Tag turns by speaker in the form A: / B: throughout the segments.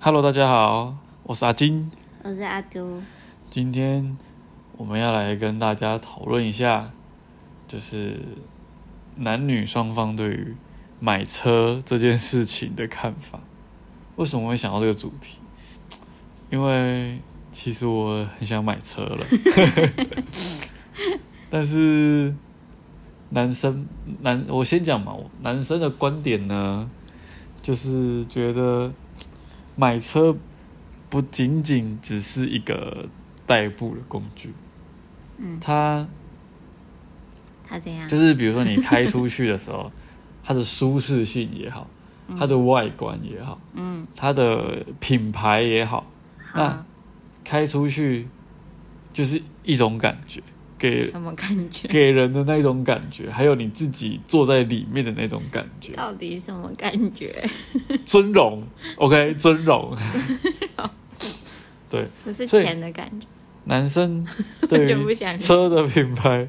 A: Hello，大家好，我是阿金。
B: 我是阿都，
A: 今天我们要来跟大家讨论一下，就是男女双方对于买车这件事情的看法。为什么会想到这个主题？因为其实我很想买车了，但是男生男我先讲嘛，我男生的观点呢，就是觉得买车不仅仅只是一个代步的工具，
B: 嗯
A: 它
B: 他怎样？
A: 就是比如说你开出去的时候， 它的舒适性也好，它的外观也好，
B: 嗯，
A: 它的品牌也好，那
B: 好，
A: 开出去就是一种感觉，给
B: 什么感 觉？
A: 给人的那种感觉，还有你自己坐在里面的那种感觉，
B: 到底什么感觉？
A: 尊荣，OK，尊荣。对，
B: 不是
A: 所以
B: 钱的感觉，
A: 男生对
B: 就不
A: 于
B: 想
A: 车的品牌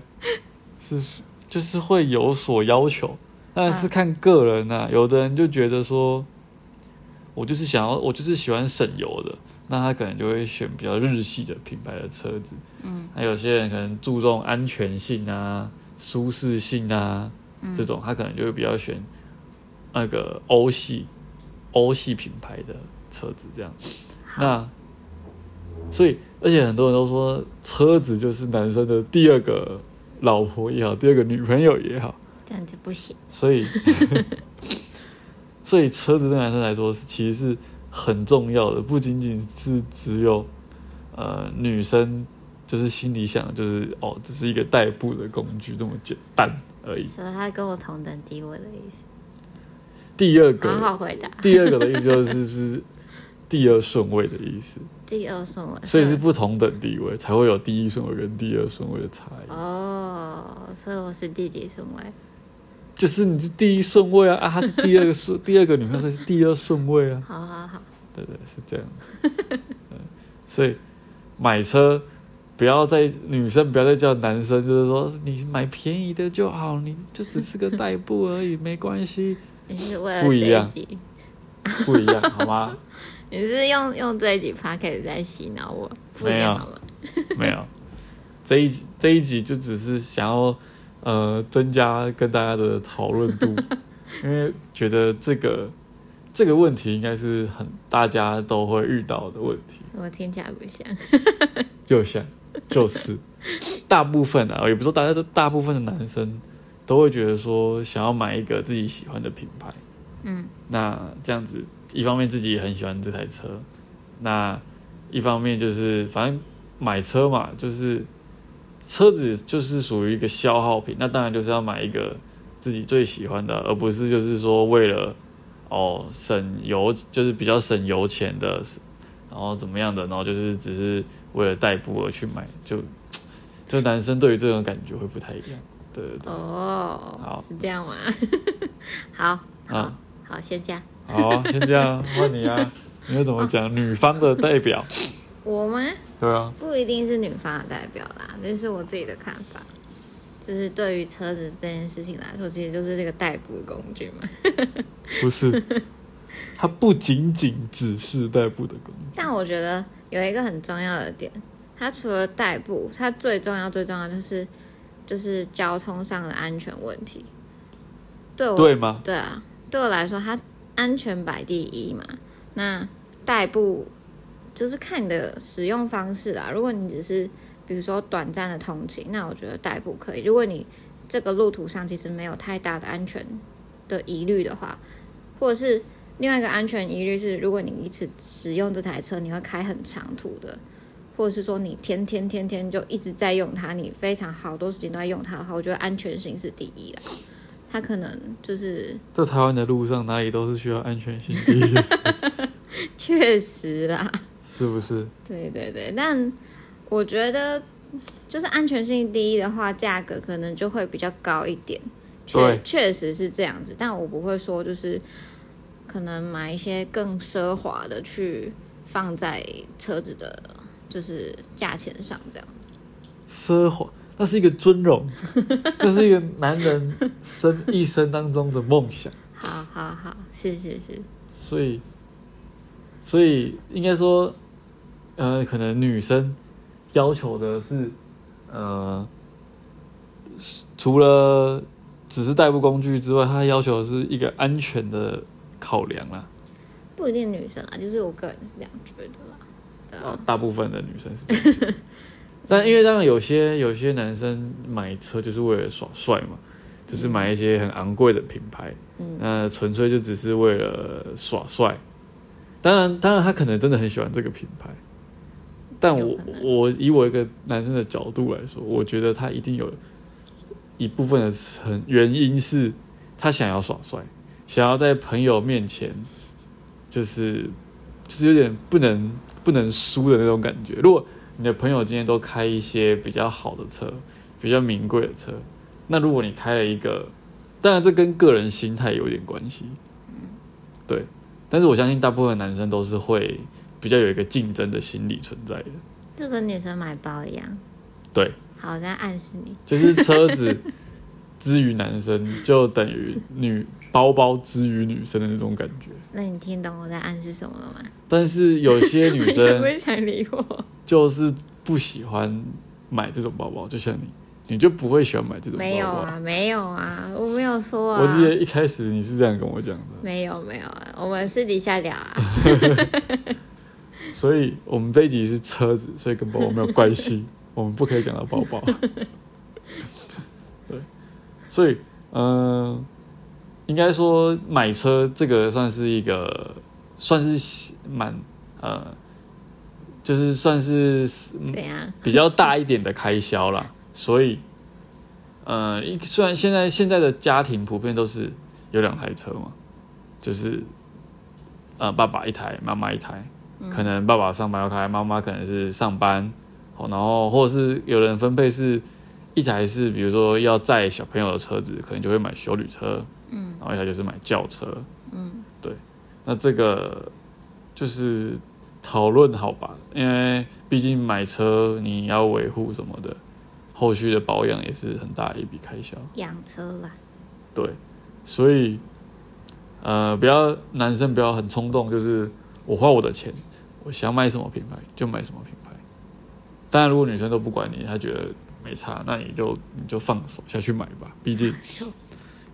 A: 是就是会有所要求，当然是
B: 啊
A: 看个人呐、有的人就觉得说，我就是想要，我就是喜欢省油的，那他可能就会选比较日系的品牌的车子。
B: 嗯，
A: 那有些人可能注重安全性啊、舒适性啊、
B: 嗯
A: 这种，他可能就会比较选那个欧系欧系品牌的车子这样。那所以，而且很多人都说，车子就是男生的第二个老婆也好，第二个女朋友也好，
B: 这样就不行。
A: 所以， 所以车子对男生来说是其实是很重要的，不仅仅是只有呃女生就是心里想的就是哦，只是一个代步的工具这么简单而已。
B: 所以他跟我同等地位的意思，
A: 第二个，
B: 好好回答。
A: 第二个的意思就是是第二顺位的意思，
B: 第二顺位，
A: 所以是不同等地位才会有第一顺位跟第二顺位的差异。
B: 哦，所以我是第几顺位？
A: 就是你是第一顺位啊，啊，她是第二个顺，第二个女朋友所以是第二顺位啊，
B: 好好好，
A: 对对，是这样子。嗯所以买车不要再女生不要再叫男生，就是说你买便宜的就好，你就只是个代步而已，没关系，
B: 你是为了
A: 不一
B: 这
A: 样
B: 一集，
A: 不一样好吗？
B: 你是用用这一集 p o c a s t 在洗脑我，不一
A: 没有
B: 样好吗？
A: 没有，这一集这一集就只是想要呃增加跟大家的讨论度，因为觉得这个这个问题应该是很大家都会遇到的问题，
B: 我听起来不像，
A: 就像就是大部分啊，也不是说大家都大部分的男生都会觉得说想要买一个自己喜欢的品牌，
B: 嗯，
A: 那这样子，一方面自己也很喜欢这台车，那一方面就是反正买车嘛，就是车子就是属于一个消耗品，那当然就是要买一个自己最喜欢的，而不是就是说为了哦省油，就是比较省油钱的，然后怎么样的，然后就是只是为了代步而去买，就就男生对于这种感觉会不太一样，对对对，好
B: 哦，是这样吗？ 好，好
A: 啊，
B: 好，先这样。
A: 好啊，先这样，换你 啊，你要怎么讲女方的代表？
B: 我吗？
A: 对啊，
B: 不一定是女方的代表啦，这是我自己的看法。就是对于车子这件事情来说，其实就是这个代步工具嘛。
A: 不 是，它不仅仅只是代步的工具，
B: 但我觉得有一个很重要的点，它除了代步，它最重要最重要就是就是交通上的安全问题。对我
A: 对吗？
B: 对啊，对我来说，它安全摆第一嘛。那代步就是看你的使用方式啦。如果你只是比如说短暂的通勤，那我觉得代步可以。如果你这个路途上其实没有太大的安全的疑虑的话，或者是另外一个安全疑虑是，如果你一直使用这台车，你会开很长途的，或者是说你天天天天就一直在用它，你非常好多时间都在用它的话，我觉得安全性是第一啦。它可能就是
A: 在台湾的路上哪里都是需要安全性第一的，
B: 确实啦，
A: 是不是？
B: 对对对，但我觉得就是安全性第一的话，价格可能就会比较高一点。确
A: 对
B: 确实是这样子，但我不会说就是可能买一些更奢华的去放在车子的，就是价钱上这样。
A: 奢华，那是一个尊荣，那是一个男人生一生当中的梦想，
B: 好好好，是是是，
A: 所以所以应该说，呃，可能女生要求的是，呃，除了只是代步工具之外，她要求的是一个安全的考量啦。
B: 不一定女生啊，就是我个人是这样觉得啦。对啊，
A: 大部分的女生是这样觉得但因为当然有些有些男生买车就是为了耍帅嘛，就是买一些很昂贵的品牌，
B: 嗯
A: 那纯粹就只是为了耍帅。当然，当然他可能真的很喜欢这个品牌，但
B: 有
A: 我
B: 可能
A: 我以我一个男生的角度来说，我觉得他一定有一部分的成原因是他想要耍帅，想要在朋友面前就是就是有点不能不能输的那种感觉。如果你的朋友今天都开一些比较好的车，比较名贵的车，那如果你开了一个，当然这跟个人心态有点关系，
B: 嗯
A: 对。但是我相信大部分的男生都是会比较有一个竞争的心理存在的，
B: 就跟女生买包一样。
A: 对，
B: 好，我在暗示你。
A: 就是车子之于男生，就等于女包包之于女生的那种感觉。
B: 那你听懂我在暗示什么了吗？
A: 但是有些 女
B: 你
A: 生
B: 不会想理我？
A: 就是不喜欢买这种包包，就像你，你就不会喜欢买这种包包。
B: 没有啊，没有啊，我没有说啊。
A: 我记得一开始你是这样跟我讲的，
B: 没有没有啊，我们私底下聊啊。
A: 所以我们这一集是车子，所以跟包包没有关系，我们不可以讲到包包。对，所以嗯、呃应该说买车这个算是一个，算是蛮呃，就是算是
B: 怎样？
A: 比较大一点的开销啦，所以，呃，一虽然现在现在的家庭普遍都是有两台车嘛，就是，呃，爸爸一台，妈妈一台，可能爸爸上班要开，妈妈可能是上班，哦，然后或者是有人分配是一台是比如说要载小朋友的车子，可能就会买修旅车，嗯，然后一台就是买轿车，
B: 嗯，
A: 对，那这个就是讨论好吧，因为毕竟买车你要维护什么的，后续的保养也是很大一笔开销。
B: 养车啦，
A: 对，所以呃，不要男生不要很冲动，就是我花我的钱，我想买什么品牌就买什么品牌。当然，如果女生都不管你，她觉得没差，那你就你就放手下去买吧，毕竟
B: 手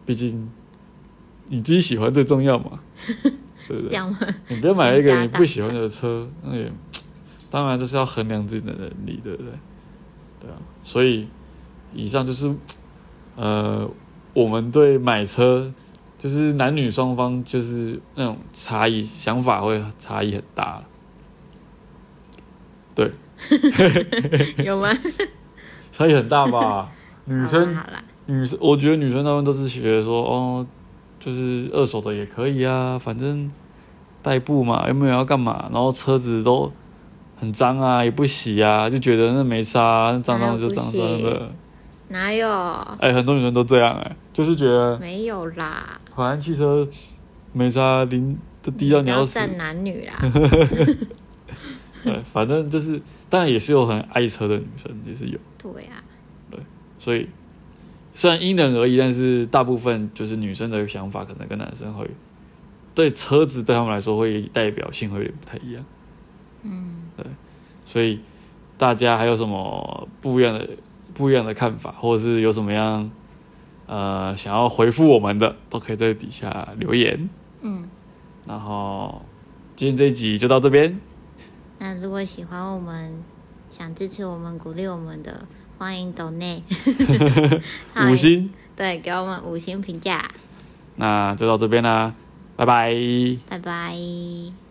A: 毕竟你自己喜欢最重要嘛，对不
B: 是
A: 对
B: 这？样吗？
A: 你不要买了一个
B: 倾家
A: 你
B: 荡
A: 不喜欢的车，那也当然就是要衡量自己的能力，对不对？对啊，所以以上就是呃，我们对买车就是男女双方就是那种差异想法会差异很大。对，
B: 有吗？
A: 差异很大 吧？女生
B: 好啦好啊啦，
A: 女生，我觉得女生大部分都是觉得说，哦，就是二手的也可以啊，反正代步嘛，又没有要干嘛，然后车子都很脏啊，也不洗啊，就觉得那没啥、脏脏的就脏脏
B: 哪有不
A: 的。
B: 哪有？
A: 哎、很多女生都这样哎、就是觉得
B: 没有啦，
A: 好像汽车没啥零都低到
B: 不
A: 啊你
B: 要
A: 要死，
B: 站 男女啦。
A: 对，反正就是，当然也是有很爱车的女生，也是有，
B: 对啊，
A: 所以虽然因人而异，但是大部分就是女生的想法可能跟男生会对车子对他们来说会代表性会有点不太一样。嗯，对，所以大家还有什么不一样的不一样的看法，或者是有什么样呃想要回复我们的，都可以在底下留言。
B: 嗯，
A: 然后今天这一集就到这边，
B: 那如果喜欢我们，想支持我们、鼓励我们的，欢迎 抖内
A: 五，星，
B: 对，给我们五星评价，
A: 那就到这边啦，拜拜。
B: 拜拜。